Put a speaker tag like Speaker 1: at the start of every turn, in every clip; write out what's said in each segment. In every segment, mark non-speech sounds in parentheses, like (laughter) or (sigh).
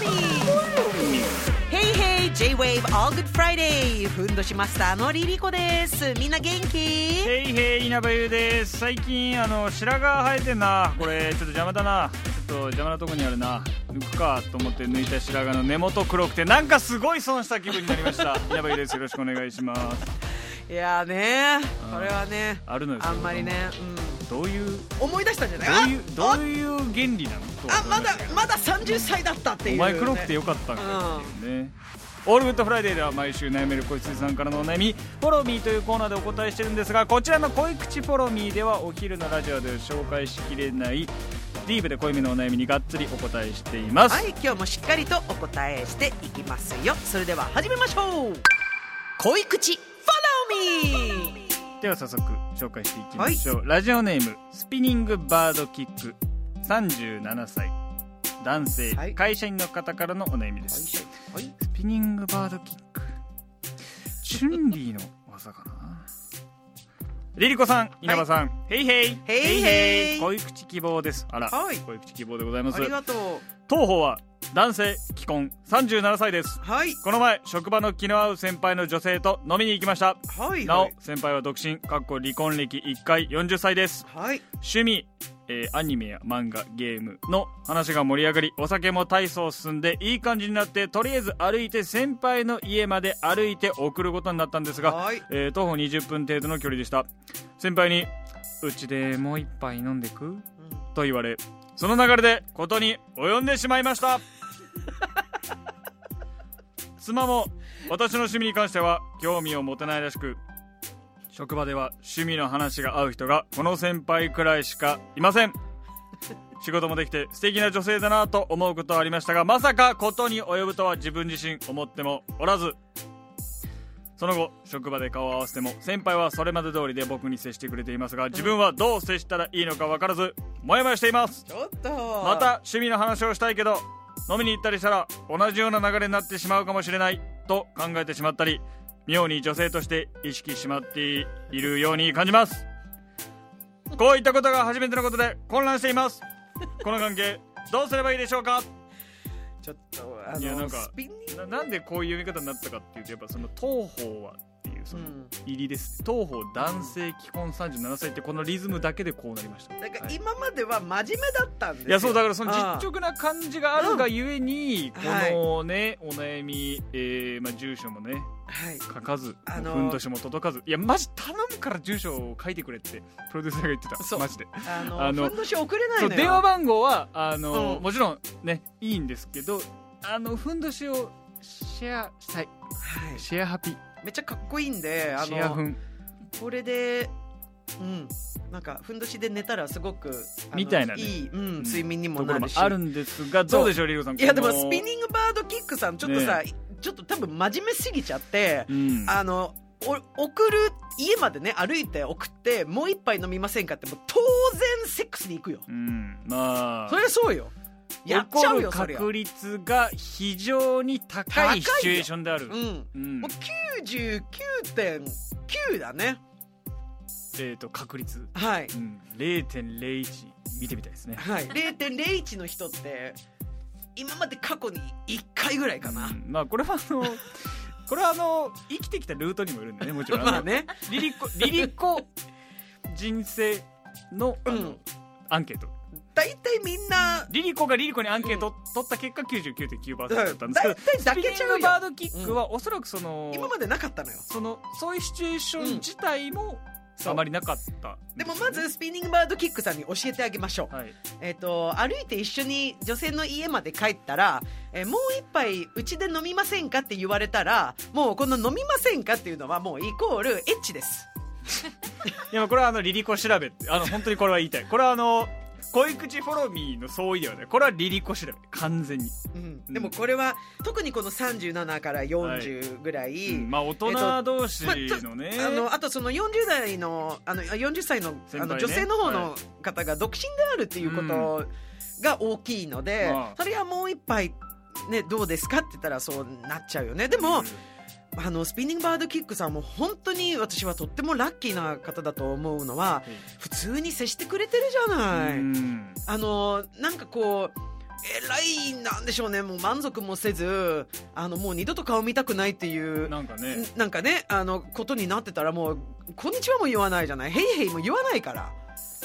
Speaker 1: me! Hey, hey, J-Wave All Good Friday! ふんどしマスターのリリコです。みんな元気
Speaker 2: へいへい稲葉優です最近あの白髪生えてんなこれちょっと邪魔だなちょっと邪魔なとこにあるな抜くかと思って抜いた白髪の根元黒くてなんかすごい損した気分になりました稲葉優ですよろしくお願いします
Speaker 1: いやーねこれはね、
Speaker 2: あるのよ
Speaker 1: あんまりね、
Speaker 2: どういう
Speaker 1: うん、思い出したんじゃない
Speaker 2: どういうど
Speaker 1: あ
Speaker 2: ういう原理なのとは
Speaker 1: あ
Speaker 2: 思い
Speaker 1: ま
Speaker 2: し
Speaker 1: だ
Speaker 2: たけど
Speaker 1: まだ30歳だったっていう、
Speaker 2: お
Speaker 1: ね、
Speaker 2: 前黒くてよかったんかっていうね、オールグッドフライデーでは毎週悩める子羊さんからのお悩み「フォローミー」というコーナーでお答えしてるんですがこちらの「恋口フォローミー」ではお昼のラジオで紹介しきれないディープで濃いめのお悩みにがっつりお答えしています、
Speaker 1: はい今日もしっかりとお答えしていきますよそれでは始めましょう恋口 Follow me!
Speaker 2: では早速紹介していきましょう、ラジオネームスピニングバードキック37歳男性、
Speaker 1: はい
Speaker 2: 会社員の方からのお悩みです
Speaker 1: はい
Speaker 2: スピニングバードキックチュンリーの技かなリリコさん稲葉さん、ヘイヘイ
Speaker 1: ヘイヘイ
Speaker 2: 恋口希望ですあら、
Speaker 1: はい
Speaker 2: 恋口希望でございます
Speaker 1: あり
Speaker 2: 当
Speaker 1: がとう
Speaker 2: 方は男性既婚37歳です
Speaker 1: はい
Speaker 2: この前職場の気の合う先輩の女性と飲みに行きました
Speaker 1: はい
Speaker 2: な
Speaker 1: は
Speaker 2: お
Speaker 1: い
Speaker 2: 先輩は独身かっこ離婚歴1回40歳です
Speaker 1: はい
Speaker 2: 趣味、えーアニメや漫画ゲームの話が盛り上がりお酒も体操進んでいい感じになってとりあえず歩いて先輩の家まで歩いて送ることになったんですが、
Speaker 1: はい
Speaker 2: えー徒歩20分程度の距離でした先輩に「うちでもう一杯飲んでく?」と言われその流れでことに及んでしまいましたスマも私の趣味に関しては興味を持てないらしく職場では趣味の話が合う人がこの先輩くらいしかいません仕事もできて素敵な女性だなと思うことはありましたがまさかことに及ぶとは自分自身思ってもおらずその後職場で顔を合わせても先輩はそれまで通りで僕に接してくれていますが自分はどう接したらいいのか分からずモヤモヤしています
Speaker 1: ちょっと
Speaker 2: ま
Speaker 1: ま
Speaker 2: た趣味の話をしたいけど飲みに行ったりしたら同じような流れになってしまうかもしれないと考えてしまったり妙に女性として意識しまっているように感じますこういったことが初めてのことで混乱していますこの関係どうすればいいでしょうか
Speaker 1: ちょっとあ
Speaker 2: いやな
Speaker 1: の
Speaker 2: んか
Speaker 1: スピニング
Speaker 2: ななんでこういう読み方になったかっていうとやっぱその東方はっていうその
Speaker 1: うん
Speaker 2: 入りです東方男性既婚37歳ってこのリズムだけでこうなりました
Speaker 1: なんか
Speaker 2: はい
Speaker 1: 今までは真面目だったんですよ
Speaker 2: いやそうだからその
Speaker 1: ああ
Speaker 2: 実直な感じがあるがゆえに、
Speaker 1: うん
Speaker 2: このね、お悩み、えーまあ、住所もね
Speaker 1: はい
Speaker 2: 書かず、
Speaker 1: あのー
Speaker 2: ふんどしも届かずいやマジ頼むから住所を書いてくれってプロデューサーが言ってた
Speaker 1: そう
Speaker 2: マジで
Speaker 1: あの
Speaker 2: あの
Speaker 1: ふんどし送れない
Speaker 2: そう
Speaker 1: のよ
Speaker 2: 電話番号はあのー、
Speaker 1: うん
Speaker 2: もちろんねいいんですけどあのふんどしをシェアしたい
Speaker 1: はい
Speaker 2: シェアハピ
Speaker 1: めっちゃかっこいいんであ
Speaker 2: シェアフ
Speaker 1: の
Speaker 2: ン
Speaker 1: これでうんなんかふんどしで寝たらすごくあの
Speaker 2: みたいなね
Speaker 1: いい、うん、
Speaker 2: ん
Speaker 1: 睡眠にも
Speaker 2: とこ
Speaker 1: な
Speaker 2: ろも
Speaker 1: るし
Speaker 2: あるんですがどうでしょうリルさん
Speaker 1: いやでも
Speaker 2: この
Speaker 1: スピニングバードキックさんちょっとさ、ちょっと多分真面目すぎちゃって、
Speaker 2: うん
Speaker 1: あのお送る家までね歩いて送ってもう一杯飲みませんかってもう当然セックスに行くよ
Speaker 2: うんまあ
Speaker 1: そりゃそうよやっちゃうよ
Speaker 2: 起
Speaker 1: そ
Speaker 2: こ
Speaker 1: り
Speaker 2: る
Speaker 1: ゃ
Speaker 2: 確率が非常に高いシチュエーションである、
Speaker 1: うん
Speaker 2: うん
Speaker 1: もう99.9だね
Speaker 2: えー、と確率、
Speaker 1: はい、
Speaker 2: うん、0.01見てみたいですね
Speaker 1: はい、0.01の人って今まで過去に1回ぐらいかな、
Speaker 2: うんまあこれはあ
Speaker 1: (laughs)
Speaker 2: のこれはあの生きてきたルートにもよるんだねもちろんあの
Speaker 1: (laughs) まあね
Speaker 2: リリコリリコ人生のあの、
Speaker 1: うん
Speaker 2: アンケート
Speaker 1: 大体みんな
Speaker 2: リリコがリリコにアンケートを取った結果99.9%だったんですけど
Speaker 1: 大、体だ
Speaker 2: スピニ
Speaker 1: け
Speaker 2: ン
Speaker 1: ちゃう
Speaker 2: グ
Speaker 1: よ
Speaker 2: バードキックはおそらくその、
Speaker 1: 今までなかったのよ
Speaker 2: そのそういうシチュエーション自体も
Speaker 1: そう
Speaker 2: あまりなかったん
Speaker 1: です
Speaker 2: よ
Speaker 1: も
Speaker 2: ね
Speaker 1: まずスピニングバードキックさんに教えてあげましょう、
Speaker 2: はい、
Speaker 1: えっと歩いて一緒に女性の家まで帰ったら、えーもう一杯うちで飲みませんかって言われたらもうこの飲みませんかっていうのはもうイコールエッチです
Speaker 2: いやこれはあのリリコ調べってあの本当にこれは言いたいこれはあの恋口フォローミーの相違ではないこれはリリコ次第完全に、
Speaker 1: うんでもこれは特にこの37から40ぐらい、
Speaker 2: うんまあ大人同士のね、
Speaker 1: あのあとその40代のあのあ40歳の,、
Speaker 2: 先
Speaker 1: あ
Speaker 2: 輩ね
Speaker 1: の女性の方の方が独身であるっていうことが大きいので、
Speaker 2: ま
Speaker 1: それはもう一杯、ね、どうですかって言ったらそうなっちゃうよねでもあのスピニングバードキックさんも本当に私はとってもラッキーな方だと思うのは普通に接してくれてるじゃない。
Speaker 2: うん
Speaker 1: あのなんかこうえらいなんでしょうねもう満足もせずあのもう二度と顔見たくないっていう
Speaker 2: なんかね
Speaker 1: なんかねあのことになってたらもう「こんにちは」も言わないじゃない「ヘイヘイ」も言わないから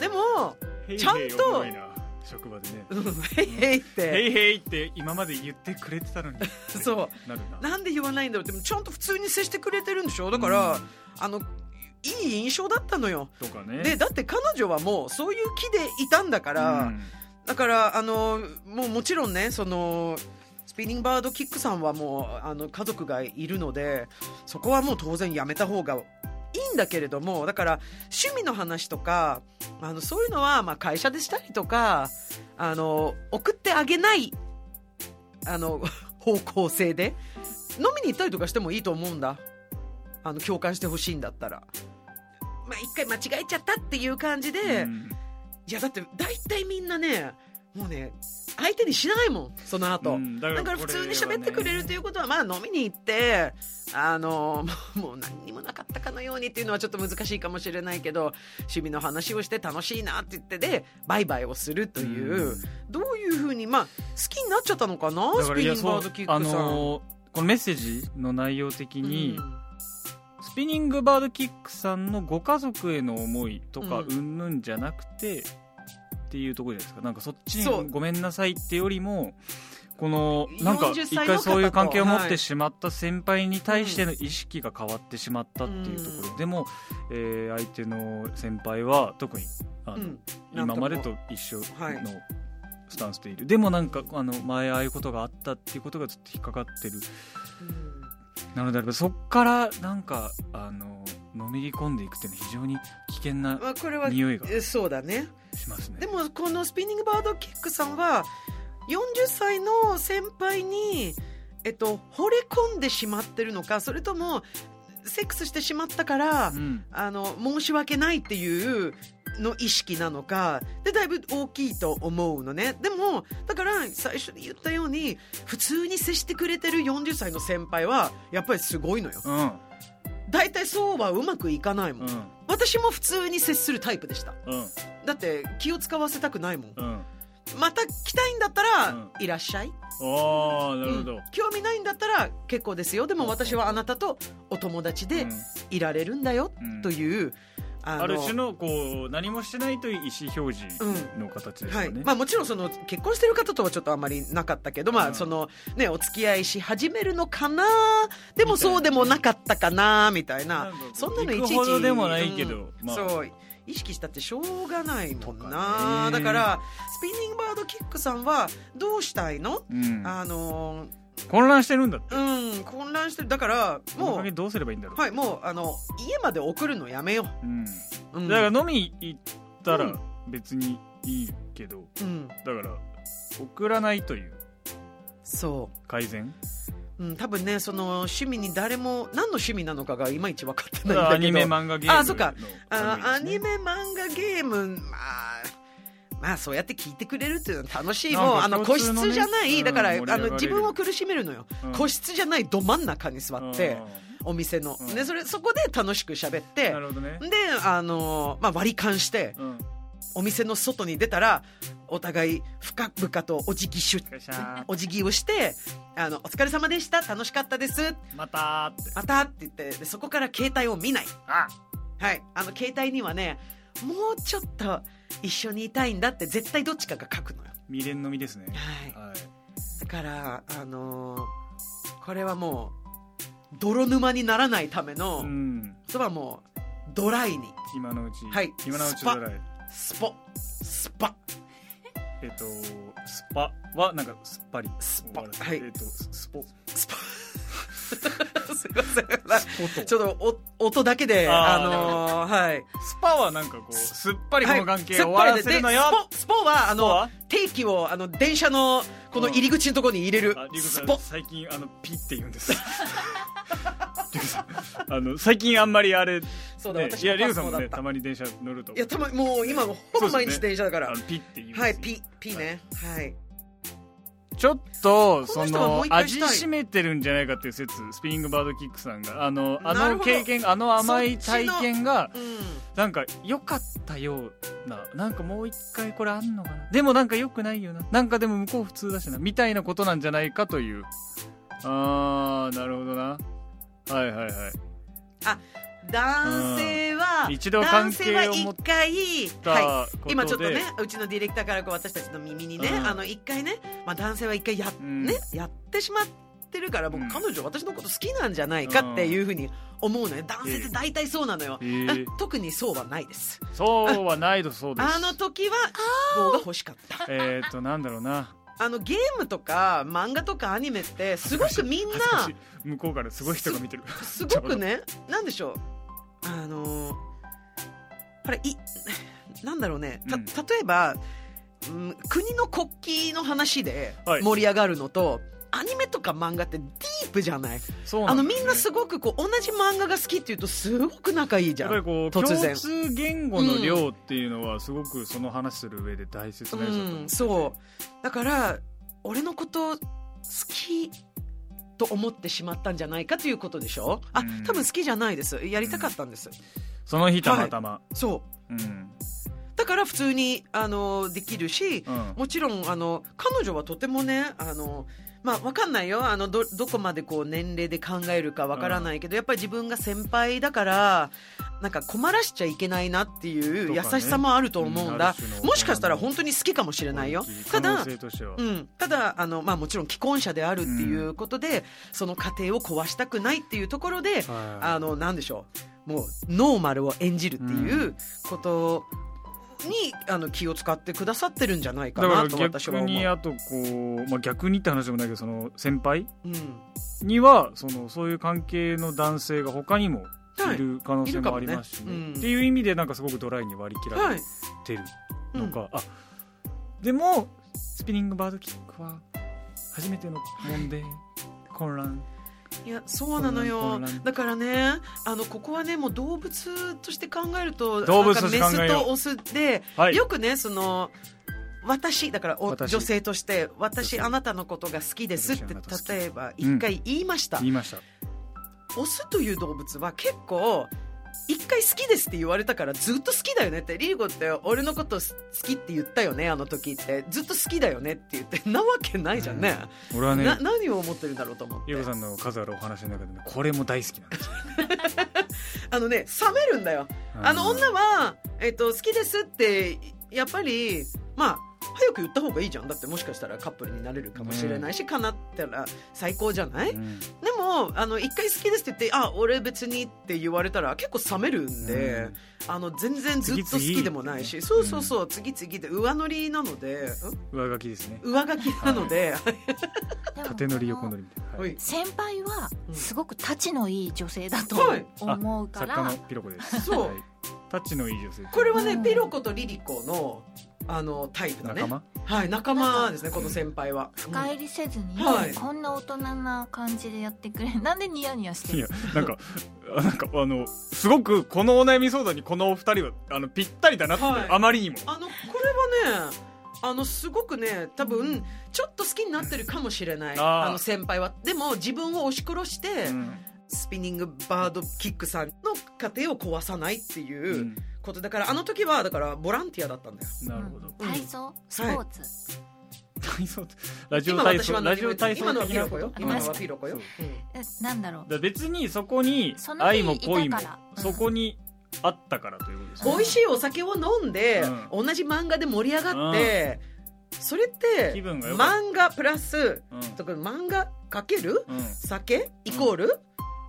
Speaker 1: でも (laughs) ちゃんと
Speaker 2: ヘイヘイ重いな職場で
Speaker 1: 「
Speaker 2: ね
Speaker 1: うんヘイヘイ」っ
Speaker 2: ヘ
Speaker 1: て
Speaker 2: イヘイって今まで言ってくれてたのに
Speaker 1: そう
Speaker 2: なるな
Speaker 1: なんで言わないんだろうってちゃんと普通に接してくれてるんでしょだから、
Speaker 2: うん
Speaker 1: あのいい印象だったのよ
Speaker 2: とかね
Speaker 1: でだって彼女はもうそういう気でいたんだから、
Speaker 2: うん
Speaker 1: だからあのもうもちろんねそのスピニングバードキックさんはもうあの家族がいるのでそこはもう当然やめた方がいいんだけれどもだから趣味の話とかあのそういうのはまあ会社でしたりとかあの送ってあげないあの (laughs) 方向性で飲みに行ったりとかしてもいいと思うんだあの共感してほしいんだったら。まあ、一回間違えちゃったっていう感じで、
Speaker 2: うん
Speaker 1: いやだって大体みんなねもうね相手にしないもんその後、
Speaker 2: うんだ
Speaker 1: だから普通に喋ってくれるということはまあ飲みに行ってあの (laughs) もうもう何にもなかったかのようにっていうのはちょっと難しいかもしれないけど趣味の話をして楽しいなって言ってでバイバイをするという、
Speaker 2: うん
Speaker 1: どういうふうにまあ好きになっちゃったのかな
Speaker 2: だ
Speaker 1: ス
Speaker 2: から
Speaker 1: ピ
Speaker 2: い
Speaker 1: ニン
Speaker 2: や
Speaker 1: グ
Speaker 2: そ
Speaker 1: バ
Speaker 2: う
Speaker 1: ードキッ
Speaker 2: あ
Speaker 1: クさん。
Speaker 2: のーこのメッセージの内容的に、
Speaker 1: うん
Speaker 2: スピニングバードキックさんのご家族への思いとか
Speaker 1: うん
Speaker 2: うんぬんじゃなくて、っていうところじゃないですかなんかそっち
Speaker 1: そ
Speaker 2: に
Speaker 1: う
Speaker 2: ごめんなさいってよりもこのなんか
Speaker 1: 40
Speaker 2: 一
Speaker 1: 歳の
Speaker 2: 回そういう関係を持っ
Speaker 1: 方とは
Speaker 2: て
Speaker 1: い
Speaker 2: しまった先輩に対しての意識が変わってしまったっていうところ、でも、えー相手の先輩は特にあの、
Speaker 1: うんなん
Speaker 2: 今
Speaker 1: か
Speaker 2: までと一緒の
Speaker 1: はい
Speaker 2: スタンスでいる、でもなんかあの前ああいうことがあったっていうことがずっと引っかかってる
Speaker 1: うん
Speaker 2: なのであればそっからなんかあののめり込んでいくっていうのは非常に危険な
Speaker 1: まあ、これは
Speaker 2: 匂いが
Speaker 1: えそうだね
Speaker 2: しますね
Speaker 1: でもこのスピニングバードキックさんは40歳の先輩に、えっと、惚れ込んでしまってるのかそれともセックスしてしまったから、
Speaker 2: うん
Speaker 1: あの申し訳ないっていうの意識なのかでだいぶ大きいと思うのねでもだから最初に言ったように普通に接してくれてる40歳の先輩はやっぱりすごいのよ
Speaker 2: うん
Speaker 1: 大体そうはうまくいかないも、
Speaker 2: うんん
Speaker 1: 私も普通に接するタイプでした
Speaker 2: うん
Speaker 1: だって気を使わせたくないもん
Speaker 2: うん
Speaker 1: また来たいんだったら、
Speaker 2: うん
Speaker 1: いらっしゃい、
Speaker 2: ああなるほど、
Speaker 1: うん興味ないんだったら結構ですよでも私はあなたとお友達で
Speaker 2: うん
Speaker 1: いられるんだよ、
Speaker 2: うん
Speaker 1: というあ
Speaker 2: ある種のこう何もしてないという意思表示の形です
Speaker 1: は
Speaker 2: よ
Speaker 1: い
Speaker 2: ね、
Speaker 1: まあ、もちろんその結婚してる方とはちょっとあんまりなかったけど、ま
Speaker 2: うん
Speaker 1: あそのね、お付き合いし始めるのかなでもそうでもなかったかなみたい
Speaker 2: な
Speaker 1: なん
Speaker 2: か
Speaker 1: そんなのいちいち
Speaker 2: 行くほどでもないけど
Speaker 1: うん
Speaker 2: まあ
Speaker 1: そう意識したってしょうがないもん
Speaker 2: と
Speaker 1: な
Speaker 2: かね
Speaker 1: だからスピニングバードキックさんはどうしたいの、
Speaker 2: うん
Speaker 1: あのー
Speaker 2: 混乱してるんだって
Speaker 1: うん混乱してるだから
Speaker 2: も
Speaker 1: も
Speaker 2: う
Speaker 1: う
Speaker 2: どうすればいいんだろう、
Speaker 1: はいもうあの家まで送るのやめよ
Speaker 2: うん、
Speaker 1: う、うん、
Speaker 2: だから飲み行った
Speaker 1: う
Speaker 2: ら
Speaker 1: ん
Speaker 2: 別にいいけど、
Speaker 1: うん
Speaker 2: だから送らないという
Speaker 1: そ
Speaker 2: 改善
Speaker 1: う、うん、多分ねその趣味に誰も何の趣味なのかがいまいち分かってないんだけど
Speaker 2: アニメ漫画ゲームの
Speaker 1: あそっかあア
Speaker 2: 類
Speaker 1: ニ
Speaker 2: ですね
Speaker 1: メ漫画ゲームまあまあそうやって聞いてくれるっていうのは楽しい
Speaker 2: なんか
Speaker 1: もうあの個
Speaker 2: 共通のね
Speaker 1: 室じゃない、
Speaker 2: うん
Speaker 1: だからあ
Speaker 2: 盛り上がれ
Speaker 1: の
Speaker 2: る
Speaker 1: 自分を苦しめるのよ、
Speaker 2: うん
Speaker 1: 個室じゃないど真ん中に座って、お店の、
Speaker 2: うん
Speaker 1: でそれそこで楽しく喋って
Speaker 2: うんなるほどね
Speaker 1: であの、まあ、割り勘して、
Speaker 2: うん
Speaker 1: お店の外に出たらお互い深々とお辞儀しゅ
Speaker 2: よっしゃ
Speaker 1: お辞儀をしてあの「お疲れ様でした楽しかったです
Speaker 2: ーまたーって
Speaker 1: また」って言ってでそこから携帯を見ない、
Speaker 2: あ
Speaker 1: はい、あの携帯にはねもうちょっと一緒にいたいんだって絶対どっちかが書くのよ、
Speaker 2: 未練の実ですね
Speaker 1: はい、
Speaker 2: はい
Speaker 1: だからあのーこれはもう泥沼にならないための、
Speaker 2: うん
Speaker 1: それはもうドライに
Speaker 2: 今のうち
Speaker 1: はい
Speaker 2: 今のうち
Speaker 1: スパ
Speaker 2: ドライ
Speaker 1: スポスパ
Speaker 2: えっとスパはなんかすっぱり
Speaker 1: スパ
Speaker 2: 終わらせ
Speaker 1: はい
Speaker 2: えっとススポ
Speaker 1: スパス (laughs) すいませんちょっとお音だけであ
Speaker 2: あー
Speaker 1: のーはい
Speaker 2: スパはなんかこうすっぱりこの関係
Speaker 1: はい
Speaker 2: 終わらせるのよ
Speaker 1: さっぱりででスポスポはあ
Speaker 2: スポ
Speaker 1: の
Speaker 2: は
Speaker 1: 定期をあの電車のこの入り口のところに入れる
Speaker 2: あリュウコ
Speaker 1: ス
Speaker 2: さん
Speaker 1: ポ
Speaker 2: 最近あのピって言うんですリュウコさんあの最近あんまりあれ、ね、
Speaker 1: そうだ私
Speaker 2: いやリュウコ
Speaker 1: も
Speaker 2: さんもね
Speaker 1: パ
Speaker 2: た
Speaker 1: ス
Speaker 2: まに電車乗ると
Speaker 1: いやたまもう今もほぼ毎日電車だから
Speaker 2: あのピって言うんですよ
Speaker 1: はいピピねはい
Speaker 2: ちょっと
Speaker 1: この
Speaker 2: そ
Speaker 1: 人はも
Speaker 2: の
Speaker 1: う一回し
Speaker 2: 味
Speaker 1: たい
Speaker 2: しめてるんじゃないかっていう説スピニングバードキックさんがあのあ
Speaker 1: なる
Speaker 2: の
Speaker 1: ほど
Speaker 2: 経験あの甘い体験が
Speaker 1: うん
Speaker 2: なんか良かったようななんかもう一回これあんのかなでもなんか良くないよななんかでも向こう普通だしなみたいなことなんじゃないかというあーなるほどなはいはいはい
Speaker 1: 男性は
Speaker 2: うん一度関係を持っ
Speaker 1: 男性は一
Speaker 2: だ
Speaker 1: 回はい
Speaker 2: ことで
Speaker 1: 今ちょっとねうちのディレクターからこう私たちの耳にね、
Speaker 2: うん
Speaker 1: あの一回ね、まあ、男性は一回や,、
Speaker 2: うん
Speaker 1: ね、やってしまってるから僕、
Speaker 2: うん
Speaker 1: 彼女私のこと好きなんじゃないかっていうふうに思うのよ男性って大体そうなのよ、
Speaker 2: ええ
Speaker 1: あ特にそうはないです
Speaker 2: そうはないとそうです
Speaker 1: あの時は棒が欲しかった
Speaker 2: えっ、ー、となんだろうな
Speaker 1: あのゲームとか漫画とかアニメってすごくみんな
Speaker 2: 恥ずかしい向こうからすごい人が見てる
Speaker 1: すごくね、なんでしょう、あのーこれい、なんだろうね、た
Speaker 2: うん
Speaker 1: 例えば、うん、国の国旗の話で
Speaker 2: はい
Speaker 1: 盛り上がるのと、アニメとか漫画ってディープじゃない、
Speaker 2: そう
Speaker 1: あ
Speaker 2: な
Speaker 1: の
Speaker 2: んです
Speaker 1: みんなすごくこう同じ漫画が好きっていうと、すごく仲いいじ
Speaker 2: や
Speaker 1: ゃ
Speaker 2: っぱり
Speaker 1: ん。
Speaker 2: こう
Speaker 1: 突然
Speaker 2: 共通言語の量っていうのはすごくその話する上で大切
Speaker 1: う
Speaker 2: なやつだと思
Speaker 1: ん、そうだから俺のこと好きと思ってしまったんじゃないかということでしょあ、
Speaker 2: うん
Speaker 1: 多分好きじゃないですやりたかったんです、
Speaker 2: その日たまたま、
Speaker 1: そう
Speaker 2: うん
Speaker 1: だから普通にあのできるし、
Speaker 2: うん
Speaker 1: もちろんあの彼女はとてもねあのまあ、わかんないよあのどどこまでこう年齢で考えるかわからないけど、やっぱり自分が先輩だからなんか困らしちゃいけないなってい
Speaker 2: と
Speaker 1: う
Speaker 2: か
Speaker 1: 優
Speaker 2: ね
Speaker 1: しさもあると思うんだ
Speaker 2: うんある種の、
Speaker 1: もしかしたら本当に好きかもしれないよた
Speaker 2: 可能
Speaker 1: だ
Speaker 2: 性としては、
Speaker 1: うん、ただあの、まあ、もちろん既婚者であるっていうことで、その過程を壊したくないっていうところで、あのなんでしょうもうノーマルを演じるっていうことに、あの気を使ってくださってるんじゃないか
Speaker 2: だから
Speaker 1: なと私は
Speaker 2: 逆
Speaker 1: 思
Speaker 2: に
Speaker 1: う。
Speaker 2: あとこう、まあ、逆にって話でもないけどその先輩
Speaker 1: うん
Speaker 2: にはそのそういう関係の男性が他にも
Speaker 1: はい
Speaker 2: いる可能性もあ
Speaker 1: いる
Speaker 2: り
Speaker 1: かもね
Speaker 2: ますし、ね
Speaker 1: うん
Speaker 2: っていう意味でなんかすごくドライに割り切ら
Speaker 1: は
Speaker 2: れ
Speaker 1: い、
Speaker 2: てるのか、あでもスピニングバードキックは初めてのもんで混乱
Speaker 1: いやそうなの
Speaker 2: 混
Speaker 1: よ
Speaker 2: 乱混乱
Speaker 1: だからねあのここはねもう動物として考えると
Speaker 2: 動物
Speaker 1: なん
Speaker 2: として
Speaker 1: か
Speaker 2: 考
Speaker 1: メ
Speaker 2: え
Speaker 1: ス
Speaker 2: よう
Speaker 1: とオスで、
Speaker 2: はい
Speaker 1: よくねその私だからお
Speaker 2: 私
Speaker 1: 女性として私
Speaker 2: 女性
Speaker 1: あなたのことが好きですって
Speaker 2: 私あなた好き
Speaker 1: 例えば一回言いました、
Speaker 2: 言いました
Speaker 1: オスという動物は結構一回好きですって言われたからずっと好きだよねってリリコって俺のこと好きって言ったよねあの時ってずっと好きだよねって言ってなわけないじゃんね,、
Speaker 2: 俺はね
Speaker 1: な何を思ってるんだろうと思って
Speaker 2: ゆうこさんの数あるお話の中でねこれも大好きなんですよ
Speaker 1: あのね冷めるんだよあの女は、えっと好きですってやっぱりまあ早く言った方がいいじゃんだってもしかしたらカップルになれるかもしれないし、叶ったら最高じゃない、
Speaker 2: うん
Speaker 1: でもあの一回好きですって言ってあ俺別にって言われたら結構冷めるんで、
Speaker 2: うん
Speaker 1: あの全然ずっと好きでもないし
Speaker 2: 次
Speaker 1: そう
Speaker 2: 々
Speaker 1: そうそう、次々で上乗りなので
Speaker 2: 上書きですね
Speaker 1: ん上書きなので、
Speaker 3: でも
Speaker 2: 縦乗り横乗
Speaker 3: り
Speaker 2: りみたいな、
Speaker 1: はい
Speaker 3: 先輩は
Speaker 1: うん
Speaker 3: すごくタチのいい女性だと
Speaker 1: はい
Speaker 3: 思うか
Speaker 2: 作
Speaker 3: ら、
Speaker 2: 家のピロコです
Speaker 1: そう
Speaker 2: はいタッチのいい女性
Speaker 1: これはね、
Speaker 3: うん
Speaker 1: ピロコとリリコのあのタイプだね
Speaker 2: 仲間、
Speaker 1: はい、仲間ですねこの先輩は
Speaker 3: 深入りせずに、
Speaker 1: はい
Speaker 3: こんな大人な感じでやってくれ (laughs) なんでニヤニヤし
Speaker 2: い
Speaker 3: てる
Speaker 2: やなんかあなんかあのすごくこのお悩み相談にこのお二人はあのぴったりだなって、
Speaker 1: はい
Speaker 2: あまりにも
Speaker 1: あのこれはねあのすごくね多分ちょっと好きになってるかもしれない
Speaker 2: あー
Speaker 1: あの先輩はでも自分を押し殺して、
Speaker 2: うん
Speaker 1: スピニングバードキックさんの家庭を壊さないって
Speaker 2: う
Speaker 1: いうんことだからあの時はだからボランティアだったんだよ
Speaker 2: なるほど
Speaker 3: 体操スポーツ、
Speaker 2: 体操ってラジオ
Speaker 1: 今
Speaker 2: 体
Speaker 1: 私
Speaker 2: 操
Speaker 1: は
Speaker 2: ラ
Speaker 1: 何
Speaker 2: ジ
Speaker 1: も
Speaker 2: オ体操
Speaker 1: 今のは
Speaker 2: 的
Speaker 1: ピ
Speaker 2: な
Speaker 1: ロ
Speaker 2: こ
Speaker 1: コよ
Speaker 2: と
Speaker 3: あり
Speaker 1: 今
Speaker 3: ま
Speaker 1: の
Speaker 3: す
Speaker 1: はピロコよ、うん
Speaker 3: えなんだろう
Speaker 2: だから別にそこに
Speaker 3: その日
Speaker 2: 愛も恋も
Speaker 3: いたからうん
Speaker 2: そこにあったからということです
Speaker 1: 美味しいお酒を飲んで、同じ漫画で盛り上がって、それって
Speaker 2: 気分が良かっ
Speaker 1: 漫画プラス
Speaker 2: うん
Speaker 1: 特に漫画かける
Speaker 2: うん
Speaker 1: 酒イコール、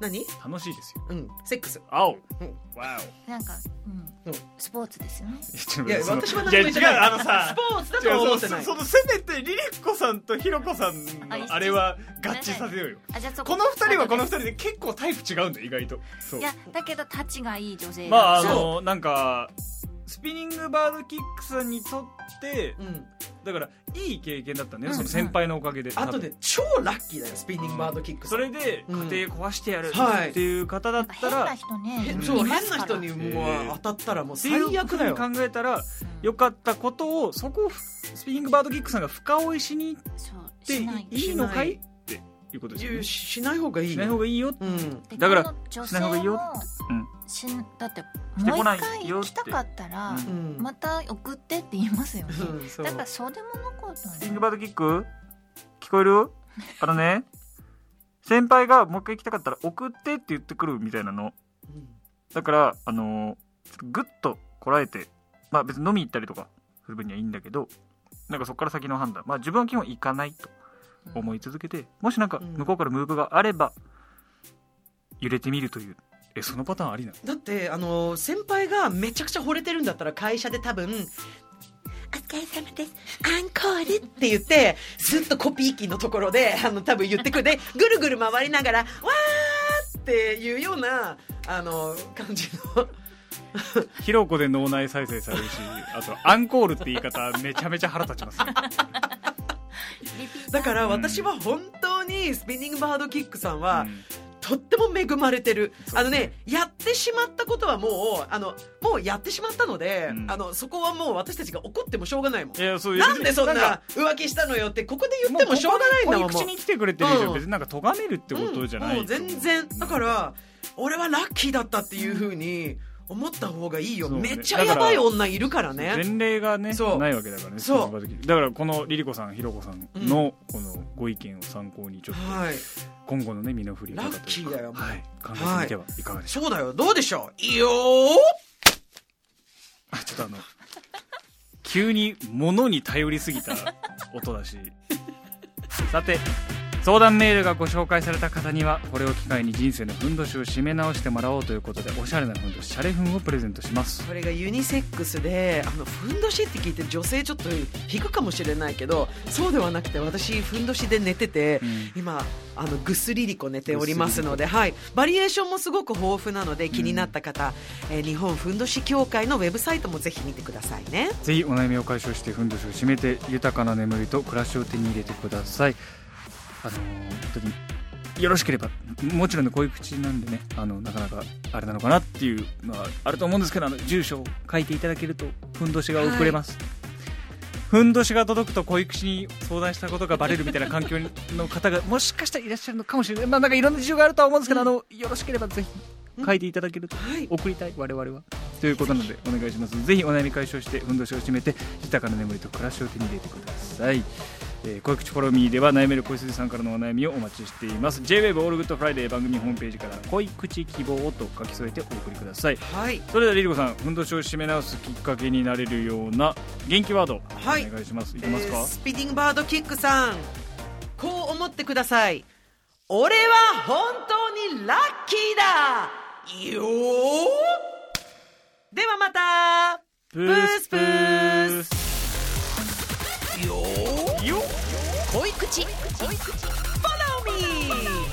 Speaker 1: 何
Speaker 2: 楽しいですよ
Speaker 1: うんセックス
Speaker 2: 青
Speaker 1: うん
Speaker 2: わ
Speaker 3: なんか、う
Speaker 1: うんん、
Speaker 3: スポーツですよね。
Speaker 2: お
Speaker 1: いや私は何も
Speaker 2: いや
Speaker 1: 言
Speaker 2: 違う
Speaker 1: ってない
Speaker 2: あのさ
Speaker 1: スポーツだと
Speaker 2: 違
Speaker 1: は
Speaker 2: う
Speaker 1: 思
Speaker 2: そ
Speaker 1: ってな
Speaker 2: そ
Speaker 1: い
Speaker 2: そのせめてリリッコさんとヒロコさんの
Speaker 3: あ一致
Speaker 2: あれは合致させようよ
Speaker 3: あ、じゃあそ
Speaker 2: この二人はこの二
Speaker 3: 人。
Speaker 2: 人で結構タイプ違うんだよ意外とそう
Speaker 3: いや、だけど、タチがいい女性が。
Speaker 2: まああ
Speaker 1: そ
Speaker 2: のなんかスピニングバードキックさんにとって
Speaker 1: うん
Speaker 2: だからいい経験だったんだよね、
Speaker 3: うん
Speaker 2: その先輩のおかげで
Speaker 1: あとで超ラッキーだよスピニングバードキック
Speaker 2: それで
Speaker 1: うん
Speaker 2: 家庭壊してやる
Speaker 1: はい
Speaker 2: っていう方だ
Speaker 3: な
Speaker 2: っ
Speaker 3: んか
Speaker 2: た
Speaker 3: 変
Speaker 2: ら、
Speaker 3: な人ね。
Speaker 1: へ
Speaker 3: い
Speaker 1: そう変
Speaker 3: ますか
Speaker 1: な
Speaker 3: ら
Speaker 1: 人にも
Speaker 2: へ
Speaker 1: う
Speaker 2: ー
Speaker 1: 当たったらもう
Speaker 2: っていう
Speaker 1: 最悪だよ
Speaker 2: ふうに考えたら良かったことをそこをスピニングバードキックさんが深追いしに行っ
Speaker 3: そう、
Speaker 2: て
Speaker 3: しない。
Speaker 2: いいのかいっていうことですよ
Speaker 1: いや
Speaker 2: ね
Speaker 1: しない方がいい
Speaker 2: しない方がいいよって
Speaker 1: うん
Speaker 3: で
Speaker 2: だから
Speaker 3: この女
Speaker 2: しない方がいい
Speaker 3: 性
Speaker 2: よ
Speaker 3: も
Speaker 2: うん
Speaker 3: しんだって
Speaker 2: て
Speaker 3: も
Speaker 2: こ
Speaker 3: う一
Speaker 2: ない
Speaker 3: 回
Speaker 2: よっ
Speaker 3: 行
Speaker 2: て
Speaker 3: きたかったら
Speaker 2: う
Speaker 1: うん
Speaker 3: また送ってって言いますよね
Speaker 1: うんそう
Speaker 3: だからそうでもなかった
Speaker 2: ス
Speaker 3: ん
Speaker 2: ピ
Speaker 3: だ
Speaker 2: ニング
Speaker 3: よ
Speaker 2: バードキック聞こえるあのね先輩がもう一回行きたかったら送ってって言ってくるみたいなの
Speaker 1: うん
Speaker 2: だからあのーちょっとグッとこらえてまあ別に飲み行ったりとかする分にはいいんだけどなんかそこから先の判断まあ自分は基本行かないと思い続けてもしなんか
Speaker 1: うん
Speaker 2: 向こうからムーブがあれば揺れてみるというえそのパターンありなの
Speaker 1: だってあの先輩がめちゃくちゃ惚れてるんだったら会社で多分「お疲れ様ですアンコール」って言ってスッとコピー機のところであの多分言ってくるでぐるぐる回りながら「わー!」っていうようなあの感じの
Speaker 2: ひろこで脳内再生されるし (laughs) あとアンコールって言い方めちゃめちゃ腹立
Speaker 1: (laughs)
Speaker 2: ちます
Speaker 3: リピータ
Speaker 1: だ
Speaker 3: ー
Speaker 1: から
Speaker 2: うん
Speaker 1: 私は本当にスピニングバードキックさんは、とっても恵まれてる
Speaker 2: そう
Speaker 1: あのねやってしまったことはもうあのもうやってしまったので、
Speaker 2: うん
Speaker 1: あのそこはもう私たちが怒ってもしょうがないもん
Speaker 2: いやそう
Speaker 1: なんでそん
Speaker 2: か
Speaker 1: な浮気したのよってここで言ってもしょうがないんだもん
Speaker 2: もうここにこういう口に来てくれてる以上、別になんか咎めるってことじゃな
Speaker 1: う
Speaker 2: い、
Speaker 1: んもう全然だから俺はラッキーだったっていうふうに思った方がいいよ、
Speaker 2: そうね
Speaker 1: めっちゃやばい女いるからね
Speaker 2: 前例がね
Speaker 1: そう
Speaker 2: ないわけだからね
Speaker 1: そう
Speaker 2: その場的にだからこのリリコさんひろこさんのこのご意見を参考にちょっと
Speaker 1: はい
Speaker 2: 今後のね身の振り
Speaker 1: ラ
Speaker 2: 方
Speaker 1: ッ
Speaker 2: と
Speaker 1: キ
Speaker 2: いう
Speaker 1: ーだよ
Speaker 2: か、
Speaker 1: もう
Speaker 2: はい、考えてみてはいかがでしょ
Speaker 1: そうだよどうでしょういいよー
Speaker 2: うか、あちょっとあの急に物に頼りすぎた音だしさて相談メールがご紹介された方にはこれを機会に人生のふんどしを締め直してもらおうということでおしゃれなふんどしシャレふんをプレゼントします
Speaker 1: これがユニセックスであのふんどしって聞いて女性ちょっと引くかもしれないけどそうではなくて私ふんどしで寝てて、
Speaker 2: うん
Speaker 1: 今あのぐっすりりこ寝ておりますので、はい、バリエーションもすごく豊富なので気になった方、えー日本ふんどし協会のウェブサイトもぜひ見てくださいね
Speaker 2: ぜひお悩みを解消してふんどしを締めて豊かな眠りと暮らしを手に入れてくださいあのー本当によろしければもちろんねこういう口なんでねあのなかなかあれなのかなっていうのはあると思うんですけどあの住所を書いていただけるとふんどしが送れます、 (laughs) ふんどしが届くと恋口に相談したことがバレるみたいな環境にの方がもしかしたらいらっしゃるのかもしれない、まあ、なんかいろんな事情があるとは思うんですけど、あのよろしければぜひ書いていただけると
Speaker 1: はい
Speaker 2: 送りたい我々はということなのでお願いしますぜひお悩み解消して運動しを締めて豊かな眠りと暮らしを手に入れてください、えー、恋口フォローミーでは悩める小杉さんからのお悩みをお待ちしています JWAVE オールグッドフライデー番組ホームページから恋口希望と書き添えてお送りください
Speaker 1: はい
Speaker 2: それではリリコさん運動しを締め直すきっかけになれるような元気ワード
Speaker 1: はい
Speaker 2: お願いします、
Speaker 1: え
Speaker 2: いけますか、
Speaker 1: ースピーディングバードキックさんこう思ってください俺は本当にラッキーだよーではまた
Speaker 2: ブ
Speaker 1: ースブー
Speaker 2: ス
Speaker 1: よ
Speaker 2: よっ
Speaker 1: 濃い口濃い口 Follow me